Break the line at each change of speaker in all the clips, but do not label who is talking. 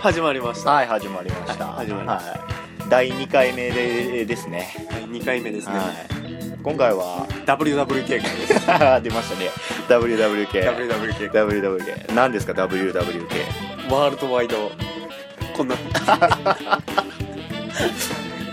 始まりました
はい始まりました、
はい始まりまし
はい、第2回目でですね
はい2回目ですね、
はい、今回は
WWK からです
出ましたね WWK
WWK
WWK 何ですか WWK
ワールドワイドこんな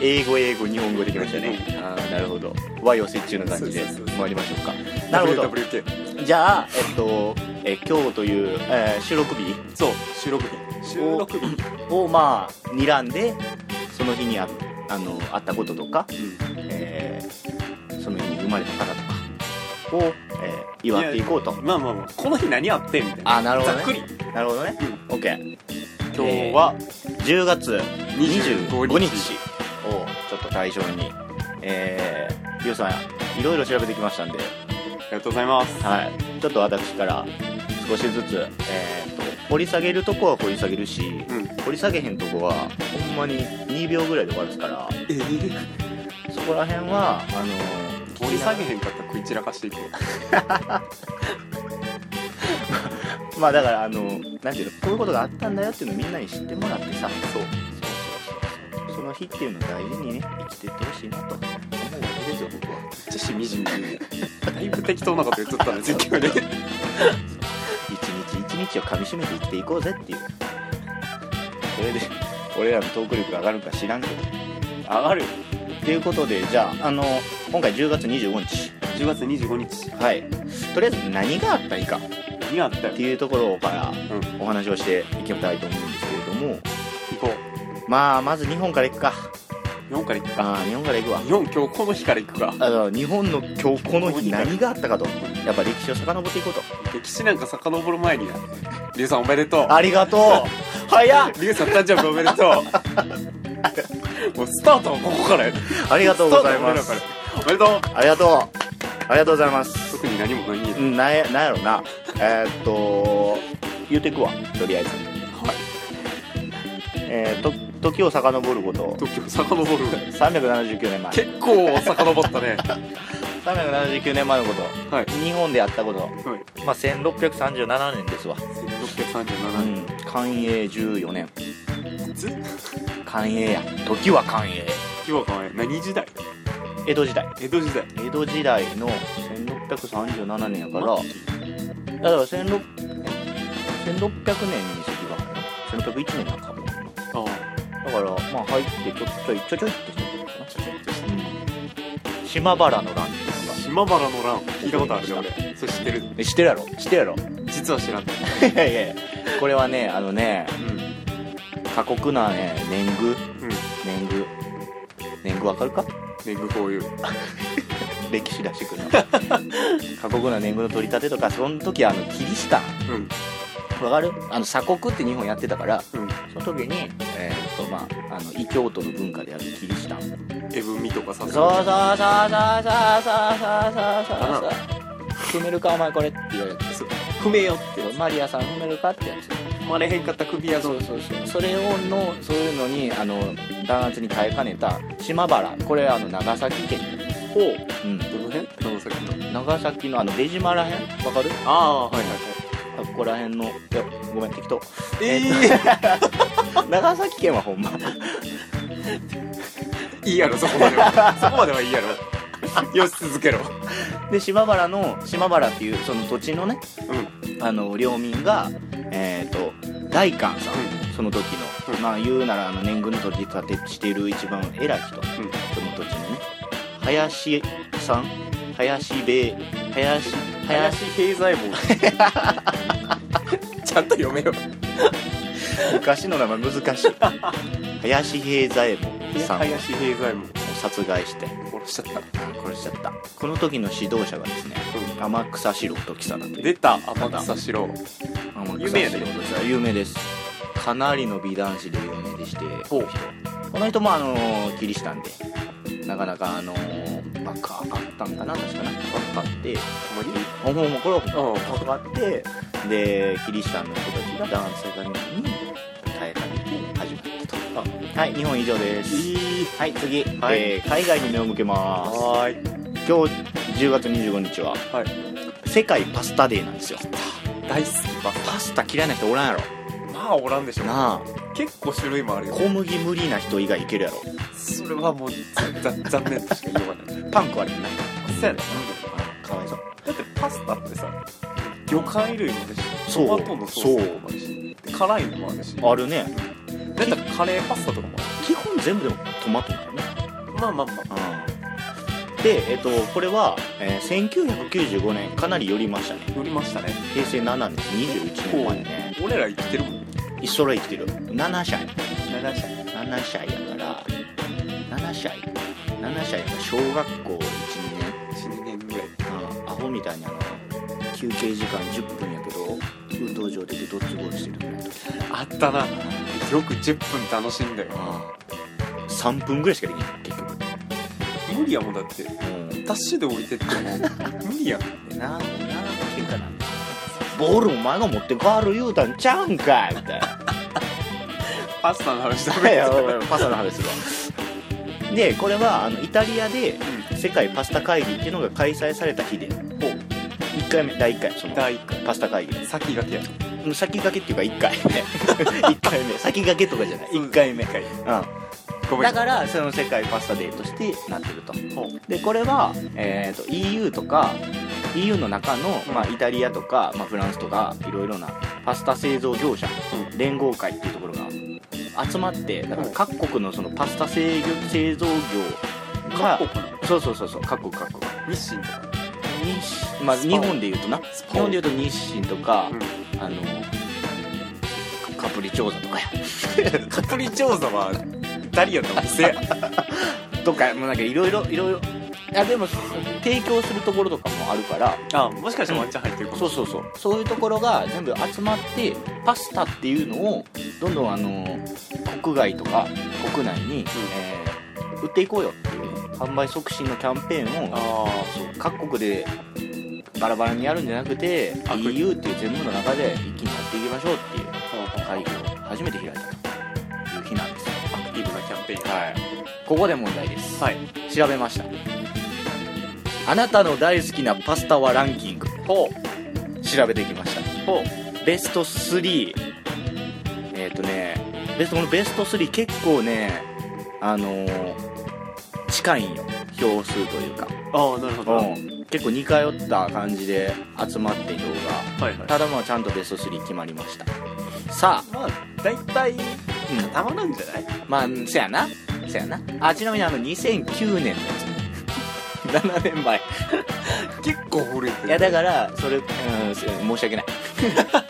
英語英語日本語できましたねあーなるほど Y を折衷な感じで
そうそうそう
参りましょうかなるほ
WWK
どじゃあえっとえ今日という、えー収録日
そう収録日収録日、
をまあ睨んでその日にああのあったこととか、
うん
えーその日に生まれた方とかを、えー祝っていこうと
まあまあまあこの日何あってんみたいな
あなるほど
ざ
ね
っくり
なるほどね、オッケー
今日は、
10月25
25
日
日
をちょっと対象にえー、ゆうさんいろいろ調べてきましたんで、
ありがとうございます
はい、ちょっと私から少しずつ、えー、と掘り下げるとこは掘り下げるし、
うん
掘り下げへんとこはほんまに2秒ぐらいで終わるから
え
そこら辺はあの
掘り下げへんかったら食い散らかしていこう
まあだからあのなんていうのこういうことがあったんだよっていうのをみんなに知ってもらってさそうそうそうそうその日っていうのを大事にね生きていってほしいなと思うわけですよ僕は
めっちゃしみじみ言うやん だいぶ適当なこと言っとったね実況で
一日一日をかみしめて生きていこうぜっていうそれで俺らのトーク力が上がるか知らんけど
上がるよ
ということでじゃああの今回10月25日
10月25日
はいとりあえず何があった日か
にあったよ
っていうところから
う
お話をしていきたいと思うんですけれども
行こう
まあまず日本から行くか
日本から行くか
あー日本から行くわ
日本今日この日から行くか
あの日本の今日この日何があったかとやっぱ歴史を遡っていこうと
歴史なんか遡る前になリュウさんおめでとう
あり がとう早っ
リュウさん誕生日おめで とうもうスタートはここからや
ありがとうございます
スタートは俺らからおめでと
ありがとうありがとうございます
う特に何もないんや
うん、なんやなんやろなえーっと言うてくわとりあえず
はい
えー、と時を遡ること
東京遡る
379年前
結構遡ったね
379年前のこ
はい
と日本でやったこと
はい
まあ1637年ですわ、う
1637
ん、寛永14年
つ
寛永や時は寛永
今日はね何時代
江戸時代
江戸時代
江戸時代の1637年やから
末期
だから1600 1600年に石が1601年なんかもだ
あ
か
あ
らまあ入ってちょっちょいちょちょいってしたのかな
ちょっとした
島原の乱っていうの
島原の乱聞いたことあるよ俺それ知ってる
が知ってるやろ知ってるやろ
実は知らん
いやいやいや これはねあのね
うん
過酷なね年貢
うん
年貢年貢わかるか
年貢こういう
歴史出してくるな 過酷な年貢の取り立てとかその時あのキリシタン
うん
わかるあの鎖国って日本やってたから
うん
その時にえーっとまああの異教徒の文化であるキリシタンそう
エブミとかさ
そうそうそうそうそうそうそう踏めるかお前これって言われて
そう踏めよって
マリアさん踏めるかってやつ
踏まれへんかった首やぞ
そうそうそうそれをのそういうのにあの弾圧に耐えかねた島原これあの長崎県、
ほう
うん、
どの辺どの先
長崎のあの出島らへんわかる
ああはいはい
ここらへんのいやごめん適当
え
長崎県はほんま
えいいやろそこまで はそこまではいいやろよし続けろ
で島原の島原っていうその土地のね
うん
あの領民がえっ、と大官さん、
う
その時の、
うん
まあ言うならあの年貢の土地立てしてる一番偉い人、
ん
その土地のね林さん林米林林
林経済部ちゃんと読めよ
昔の名前難しい林平左衛門さんを
林経済部
殺害して
殺しちゃっ
殺しちゃったこの時の指導者がですね
た
天草四郎時貞と
うん
い
出
う
た天草四郎
天
有
草
名
四
やね
郎時貞有名ですかなりの美男子で有名でして
ほう
この人もあのーキリシタンでなかなかあのー爆破があったんかな確かな爆破って
ほんまに
ほんほんほんこれは
うん
ことがあってでキリシタンの人たちが男性がに耐えかねて始まったとはい日本以上です
いい
はい次、
はい
えー海外に目を向けます
はーい
今日10月25日は、
はい
世界パスタデーなんですよ
大好き
パスタ嫌いな人おらんやろ
まあおらんでしょ
なあ
結構種類もあるよ
小麦無理な人以外いけるやろ
それはもうざ残念としか言いようがない
パン食われてない
そうやね
かわいそう
だってパスタってさ魚介類もあるし
そう
トマトのソースもあるし辛いのもあるし
あるね
なんだカレーパスタとかもあ
基本全部でもトマトだよね
るまあまあまあ
で、えっと、これは、えー1995年かなり寄りましたね
乗りましたね
平成7年21年前ね
俺ら生きてるもん
一緒ら生きてる7社
7社
7社やから7社7社やから小学校12年
1年ぐらい
あアホみたいにあの休憩時間10分やけど運動場でドッジボールしてるぐらいの時
あったなよく10分楽しんだよ
3分ぐらいしかできない結局
無理やもんだって
うん
ダッシュで降りてっても無理やん
なあもうなあ喧嘩なボールお前が持って帰る言うたんちゃうんかいみたいな
パスタの話だ
いやお前パスタの話するわでこれはあのイタリアで世界パスタ会議っていうのが開催された日で1回目第1回その
第1回
パスタ会議
先駆けや
先駆けっていうか1回目 一回目先駆けとかじゃない1回目、うん、
ごめ
だ
ん
からその世界パスタデーとしてなってるとでこれは、えー、と EU とか EU の中の、まあ、イタリアとか、まあ、フランスとかいろいろなパスタ製造業者
う
連合会っていうところが集まってだから各国のそのパスタ製業製造業が
各国なの
そうそうそうそう各国各国
日清とか
日,、まあ、
スパ
日本でいうとな
スパ
日本でいうと日清とか、
う
あのカプリチョーザとかや
んカプリチョーザはダリアのお店や
とかもうなんかいろいろいろいろあでも提供するところとかもあるから
あもしかしてワンチャン入ってるか
そ
も
うそうそうそういうところが全部集まってパスタっていうのをどんどんあの国外とか国内に、えー売っていこうよっていう販売促進のキャンペーンを
あ
そう各国でバラバラにやるんじゃなくて
あこれ
EU っていう全部の中で一気にやっていきましょうっていう
あ
会議を初めて開いたという日なんですよ
アクティブなキャンペーン
はいここで問題です
はい
調べましたあなたの大好きなパスタはランキング
ほ
調べてきました
うほう
ベスト3えっ、とねベストこのベスト3結構ねあのー近いんよ票数というか、
ああなるほどは
うん、結構似通った感じで集まって票が
いはい
ただまあちゃんとベスト3決まりましたさ
まあ大体
あ、うん、
固まるんじゃない
まあうんせやなせやなあちなみにあの2009年のやつ 7年前
結構古いけど
いやだからそれ、うん、せ申し訳ない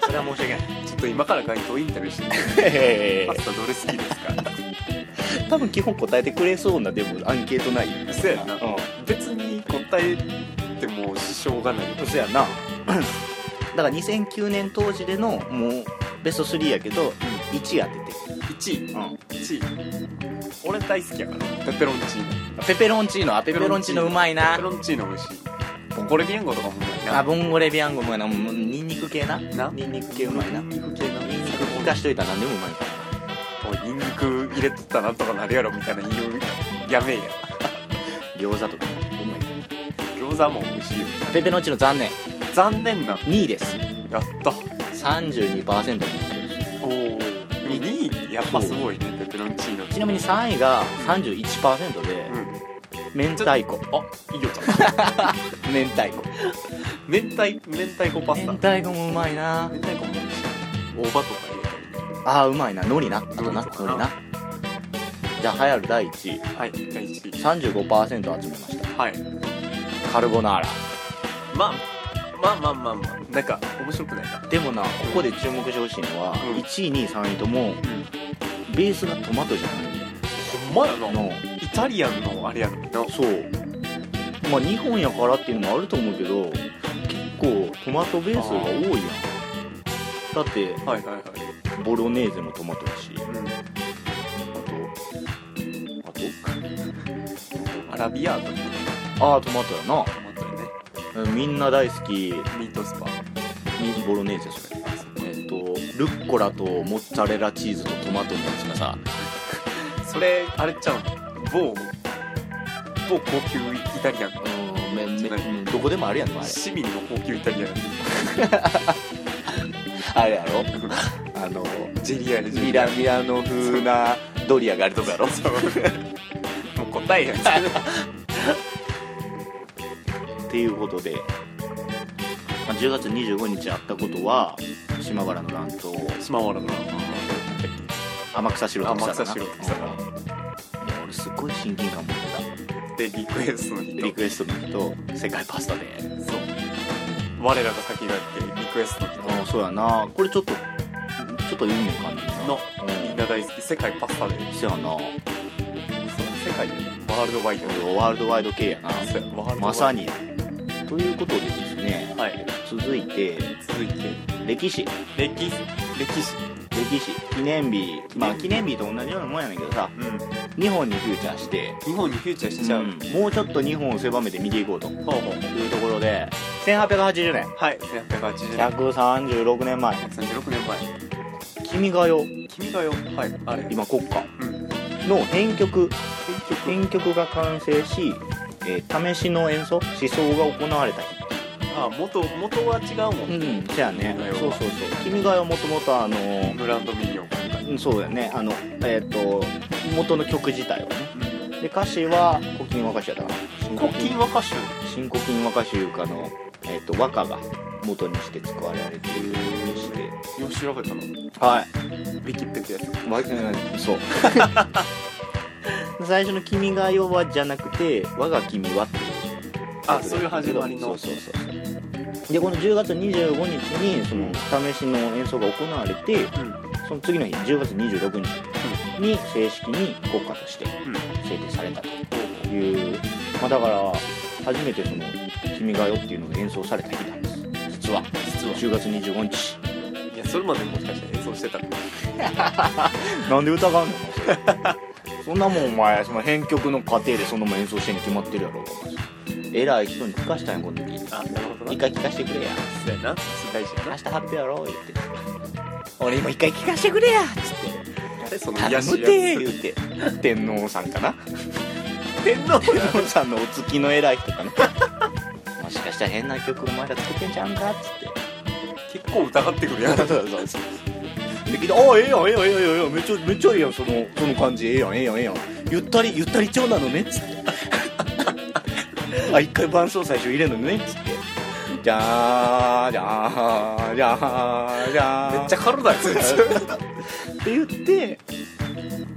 それは申し訳ない
ちょっと今から回答インタビューしてみてパスタどれ好きですか
多分基本答えてくれそうなでもアンケート内容
そうやな
う
別に答えても支障がない
んそやなだから2009年当時でのもうベスト3やけど1当て
1位
て、うん、
1位俺大好きやからペペロンチーノ
ペペロンチーノあペペロンチーノうまい
ペ
な
ペロンチーノ美味しいボンゴレビアンゴとかもうまいな
あボンゴレビアンゴもやなもうニンニク系な
な
ニンニク系うまいなニン
ニ
ニ
ンニク系のニンニク
ク効かしといたら何でもうまいか
おいニンニク入れとったなんとかなるやろみたいな言うやめえや
ら餃子とかもうまいか
餃子も美味しいよ
らペペロンチーノ残念
残念な
2位です
やった
32%
おお2位ってやっぱすごいねペペロンチーノ
ちなみに3位が31%で、
う
明太子
んあいいよちゃん
明太子
明太明太子パスタ
明太子もうまいな
明太子も美味しい大葉とか入れたりね
あーうまいな海苔なあと
海
な海
苔
苔なじゃあ流行る第1位
はい、第1位。
35%集めまし
はい。
たカルボナーラ
まあ、まあまあまあまあ、なんか、面白くないな。
でもなここで注目してほしいのは、
うん
1位2位3位とも
うん。
ベースがトマトじゃ
ほんま
な
や
い
な。
の
イタリアンのあれやのにな。
そうまあ日本やからっていうのもあると思うけど結構トマトベースが多いやんだって
はいはいはい。
ボロネーゼもトマトだし
うん。
あとあ
アラビアータとか
とああトマトやな
思ったよね。
うんみんな大好き
ミートスパ。
ミボロネーゼそれ
あ、そ
えっとルッコラとモッツァレラチーズとトマトのやつがさ
うそれ、あれちゃうの某、某高級イタリアンの。
うんめめうんどこでもあるやんのあれ
市民の高級イタリアン。
あれやろああの
ジェリアルジェ
ミ
リア
ラ
ル
ミラノ風なドリアがあるとこやろ
もう答 えやん
っていうことで、まあ、10月25日あったことは島原の乱闘
島原の
天草四郎と来たか
天
な
草四郎と来たか
うんいや俺すっごい親近感持って
でリクエストに
たリクエストの人と世界パスタで
そう我らが先駆けリクエストに
ああそうやなこれちょっとちょっと意味を感じるな
の
うん
みんな大好き世界パスタで
そうやな
世界ワールドワイドで
ワールドワイド系やなまさ
に
にということでですね
はい
続いて
続いて
歴史
歴史歴史
歴史記念日まあ記念日と同じようなもんやねんけどさ
うん
日本にフューチャーして
日本にフューチャーしちゃう、
んもうちょっと日本を狭めて見ていこうと
ほうほう
いうところで1880年
はい1880年
136年前
36年前
「君が
「
代
君が代」はいあれ
今国歌
うん」
の編
編
曲
曲
編曲が完成し、えー試しの演奏思想が行われた日
あ元元は違うもん、
うんじゃあね
君が代は
そうそうそう「君が代」はもともとあのー
ブランドミニオン
うんそうだよねあのえっ、と元の曲自体はねで歌詞は「古今和歌集」だから新
国金和歌手
新古今和歌集かの、えっと和歌が元にして使われているでして
よく調べたの
はい
ウィキペディアと
わうん そう最初の「君が代は」じゃなくて「我が君は」っていう
あそういう始まりの
そうそうそうそうでこの10月25日にその試しの演奏が行われて
うん
その次の日10月26日に正式に国家として
うん
制定されたという、まあ、だから初めてその「君が代」っていうのが演奏された日なんです実は
実
10月25日
いやそれまでもしかして演奏してたの
なんで疑うのお 前それそんなもんお前その編曲の過程でそんなもん演奏してんに決まってるやろお前偉い人に聞かしたんやこの時
あなるほどな
一回聞かしてくれや
そうやな大事や
明
な
日発表やろ言って俺にも一回聞かしてくれやつって
誰その癒や
頼
し
む
いや
て
つ
言って天皇さんかな
天皇
天皇さんのお月の偉い人かな もしかしたら変な曲お前ら作ってんちゃうんかっつって
結構疑ってくるやん
そうそうそうで聞いて「ああええやんええやんええやんええやんめっちゃめっちゃええやんそのその感じええやんええやんええやんゆったりゆったり調なのね」っつって あ一回伴奏最初入れるのねっつって「じゃーじゃーじゃーじゃー」
めっちゃ軽だよそいつ
って言って、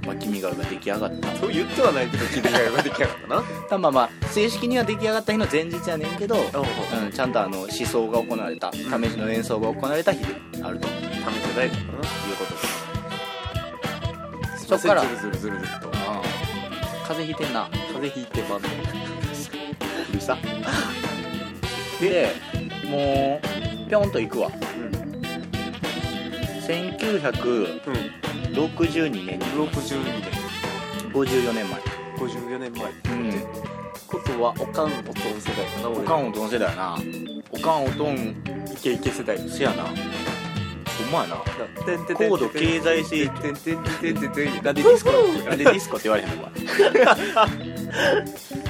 まあ、君が代が出来上がっ
そう言ってはないけど君が代ができなかったな
たまあまあ正式には出来上がった日の前日やねんけど、
おうおう
うん、ちゃんとあの思想が行われた試しの演奏が行われた日であるという
試してないからな
ことです
そ
っから
ずるずるずるずると
ああ風邪ひいてんな
風邪ひいてまんね
うるさでもうぴょんといくわ
うん
1962年に
62年
54年前
54年前
うん
ことはおかんおとん世代かな
お
俺
かんおとん世代やなおかんおとん
イケイケ世代な
せやなほんまやな
てんてんてん
高度経済成長
てんてんてんてんてんてんなんで
デ
ディスコ
なんでディスコって言われへんのお 前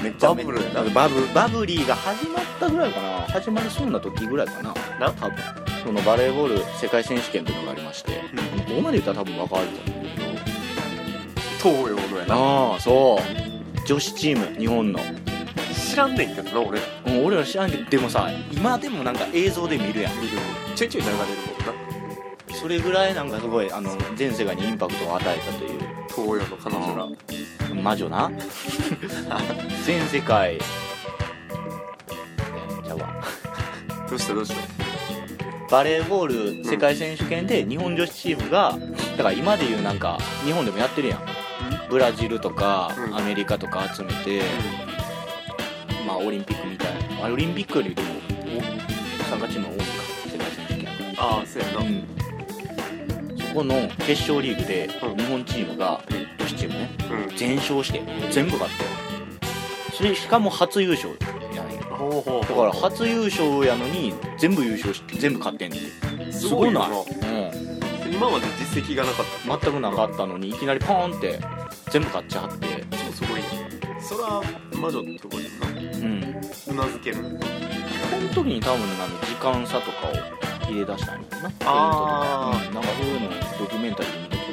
めっちゃめ
バブ
っ
ル
ち
や
ゃバブバブリーが始まったぐらいかな始まりそうな時ぐらいかな
な
多分そのバレーボール世界選手権というのがありまして、
ん
ここまで言ったら多分分かると思うんだけど
東洋のやな
ああそう女子チーム日本の、
知らんねんけどな俺
うん、俺ら知らんけどでもさ今でもなんか映像で見るやん
見るちょいちょい流れるもんな
それぐらいなんかすごいあの全世界にインパクトを与えたという
東洋の彼女ら
魔女 な全世界ねちゃうわ
どうしたどうした
バレーボール世界選手権で日本女子チームがだから今でいうなんか日本でもやってるやんブラジルとか
うん
アメリカとか集めて、まあオリンピックみたいなあオリンピックよりでもお参加チームは多いか世界選手権やか
ああそうやな
ら、そこの決勝リーグで
うん
日本チームが
うん
女子チームね
うん
全勝して全部勝ってそれしかも初優勝やねんだ
ほうほうだ
から初優勝やのに全部優勝して全部勝ってんねんて
すごいな
うん
今まで実績がなかった
全くなかったのにいきなりポーンって全部買っちゃって
超すごいなそら魔女ってことやな
うん
うなずける
この時に多分あの時間差とかを入れ出したんやろな
あー
うんなんかそういうのをドキュメンタリー見た気が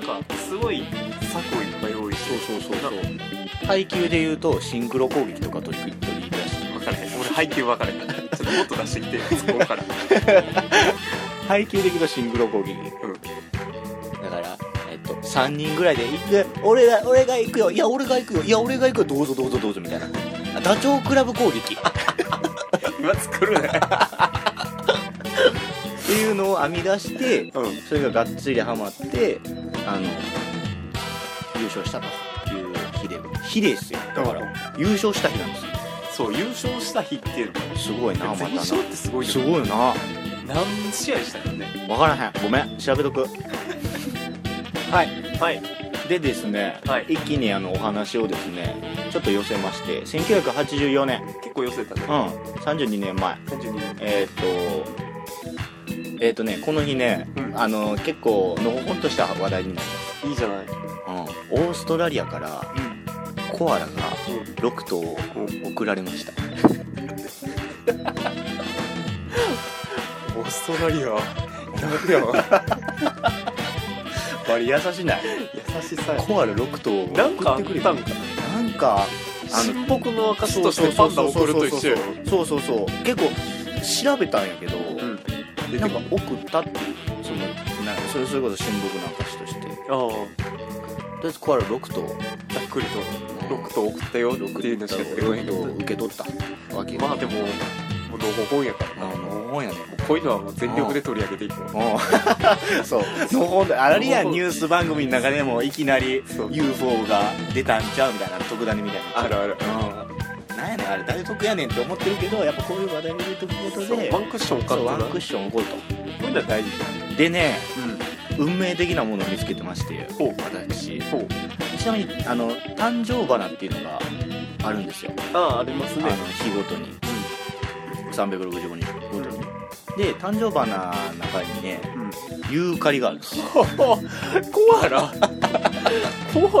な
る
んかすごい策をいっぱい用意して
そうそうそうそう配球で言うとシンクロ攻撃とか取り取り入れ出して
分からへん俺配球分からへんちょっともっと出してきて突っ込む から
配球で言うとシンクロ攻撃、だからえっと3人ぐらいで行く俺が俺が行くよいや俺が行くよいや俺が行くよどうぞどうぞどうぞみたいなあダチョウ倶楽部攻撃っ
今作るね
ていうのを編み出して
うん
それががっつりハマってあの優勝したという日で日ですよだから優勝した日なんですよ
そう優勝した日っていうのも
すごいなまた
優
な
勝
す
ってすごいよ
ごいよな
何試合したよね
分からへんごめん調べとくはい
はい
でですね、
はい
一気にあのお話をですねちょっと寄せまして1984年、
結構寄せたね
うん、32年前
32年
えっ、とえっ、とねこの日ね、
うん
あの結構のほほんとした話題になり
いいじゃない
ます、うん、オーストラリアから
うん
コアラが
うん
6頭送られました
オーストラリアやめてよ
あれ優しない
優しさや
コアラ6頭を
なんかあ
送
っ
ってくれ
たんか
なんかあの
漆黒の証としてパンダ送ると一緒よ
そうそうそう結構調べたんやけど、
うん
なんか送ったっていうそのなんかそれそれこそ神木の証としてとり
あ
あえずコアラ6頭
あざっくりと6頭送ったよっていうのしか出てこないけど
を受け取ったわけよ
まあでももうのほほんやから
あの本やね
こういうのはもう全力で取り上げていこう
もうそうの ほんありやニュース番組の中でもいきなり
そう
UFO が出たんちゃうみたいな特ダネみたいな
あるある
うんなんやねんあれ誰得やねんって思ってるけどやっぱこういう話題に出てくこ
そ
と
う
で
ワンクッションか
そうワンク
こ
ッション起こると
ういうのは大事じ
でね
ゃんうん
運命的なものを見つけてまして
ほう
私
ほう
ちなみにあの誕生花っていうのがあるんですよ、
ああありますね
あの日ごとに365日ごとに、で誕生花の中にね
うん
ユーカリがあるんですよ
コアラコアラやん
こ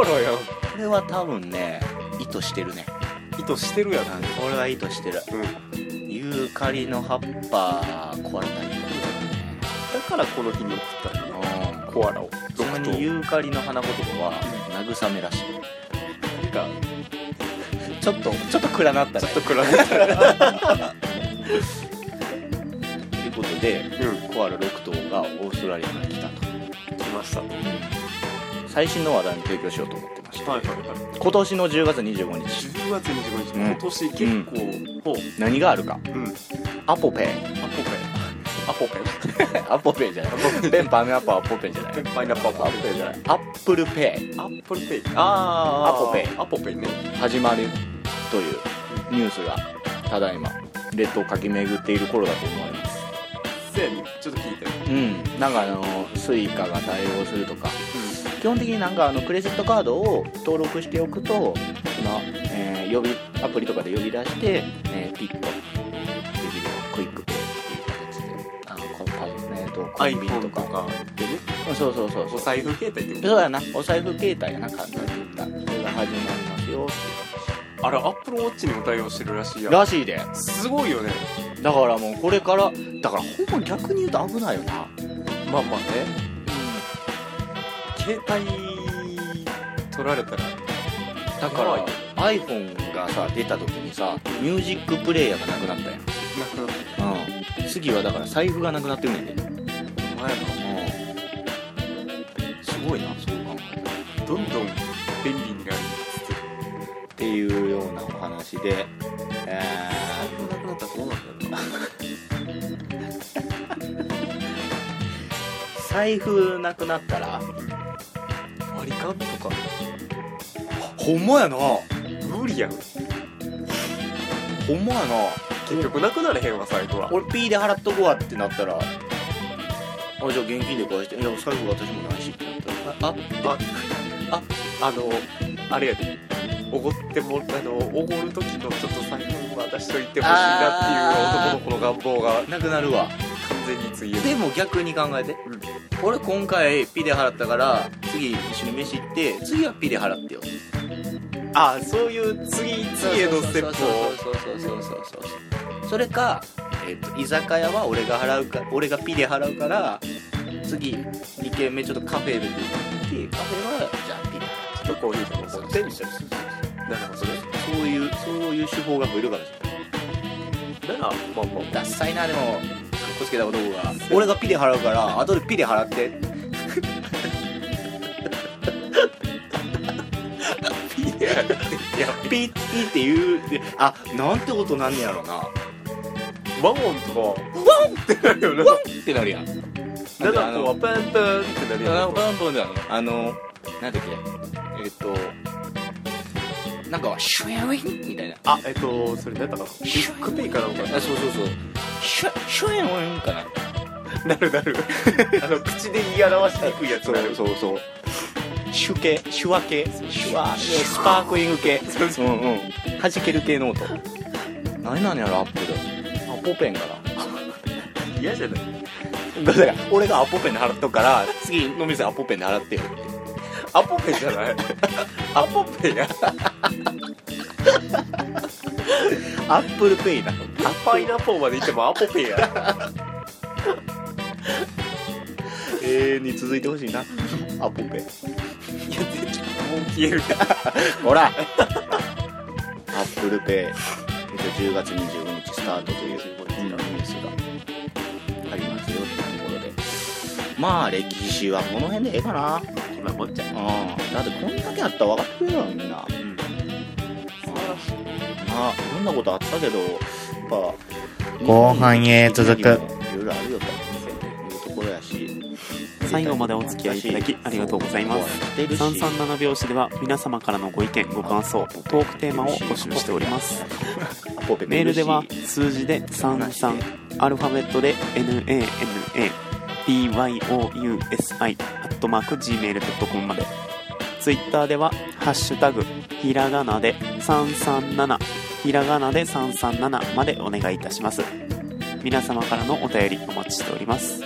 れは多分ね意図してるね
意図してるやん
うんこれは意図してる
うん
ユーカリの葉っぱ壊れたり
だからこの日に送ったんや
とかね
コアラを
そんなにユーカリの花言葉は慰めらしい
なんか
ちょっとちょっと暗なった
ちょ
ね
っと比べたら
ということで
うん
コアラ6頭がオーストラリアから来たと
来ましたはい
最新の話題に提供しようと思ってました
はいはい
今年の10月25日
10月25日
うん
今年結構ほう
何があるか
うん
アポペン
アポペンアポペン
アポペンじゃないペンパメアポアポペンじゃない
パイナップルアップルじゃない
アップルペイ
アップルペイあ
ー
アポペイアポペイね
始まるというニュースがただいま列島を駆け巡っている頃だと思われます
せやねちょっと聞いて
うんなんかあのスイカが対応するとか基本的になんかあのクレジットカードを登録しておくとその、えー呼びアプリとかで呼び出して、えーピッとできるクイックペイっていう形であのこのパえーとコンビニと
iPhone
か
とかでね
うんそうそうそうそ
お
う
財布携帯ってこ
そうやなお財布携帯やな簡単に言ったそれが始まりますよ
とあれアップルウォッチにも対応してるらしいやん
らしいです
ごいよね
だからもうこれからだからほんま逆に言うと危ないよな
まあまあね携帯取られたら
だ
怖い
から iPhone がさ出た時にさミュージックプレイヤーがなくなったや
な
ん
くなっ
うん、次はだから財布がなくなってるねんで、
た前
すごいなそう考えた
のど
らっ
んどん便利になる
ていうようなお話でえ
財布なくなったらどうなんだろ
ー財布なくなったら
う割り勘とか
ほんまやな
無理やん
ほんまやな
結局なくなれへんわ財布は
俺 P で払っとこわってなったらあじゃあ現金で返していや財布私もないしってなったら
ああああのあれやでおごってもあのおごる時のちょっと財布は出しといてほしいなっていう男の子の願望が完
なくなるわ
全についえる
でも逆に考えて、
うん
俺今回ピで払ったから次一緒に飯行って次はピで払ってよ
ああそういう次次へのステップを
そうそうそうそうそうそうそれか、えっと居酒屋は俺が払うか俺がピで払うから次2軒目ちょっとカフェで行ってカフェはじゃあピリッ
とコーヒーとか持ってみたい
そう
ななるほどね
そういうそういう手法が増えるからじゃない
ならまあま
ダッサいなでもかっこつけた男が俺がピリ払うから後でピリ払って
あいやいや
ピッピッって言うであなんてことなんねやろな
マモンと かワンってなるよな
ってなるやん
ナ
なんか
ナコは
あの
パンパンってなる
あ
よ
の
な
バンバンだよねあのなんだっけえっとなんかシュエウィンみたいな
あえっとそれ何だったかなビッグペイかなんか
あそうそうそうシュシュエウィンかな
なるなるあの口で言い表しにくいやつ
そ
になる
うそうそうシュ系シュワ系シュワスパークリング系
そうそ
うんうん弾ける系の音何なんやろアップルアポペンかな
嫌じゃない
だから俺がアポペンで払っとくから次の店アポペンで払ってよ
アポペじゃないアポペや
アップルペイな
パイナポーまで行ってもアポペや
永遠に続いてほしいなアポペ
いや絶対もう消える
ほ らアップルペイ10月25日スタートというニュースがありますよってところでまあ歴史はこの辺でええかな
今もっちゃう
うんだってこんだけあったら分かってくれるのみんなま
うん
あいろんなことあったけどやっぱ
後半へ続く
いろいろあるよというところやし
最後まで
お
お付き合いいただきありがとうございます
三三
337拍子では皆様からのご意見ご感想トークテーマを募集しており ますメールでは数字で33アルファベットで nanabyousi.gmail.com までツイッターでは「ハッシュタグひらがな」で337ひらがなで337までお願いいたします皆様からのお便りお待ちしております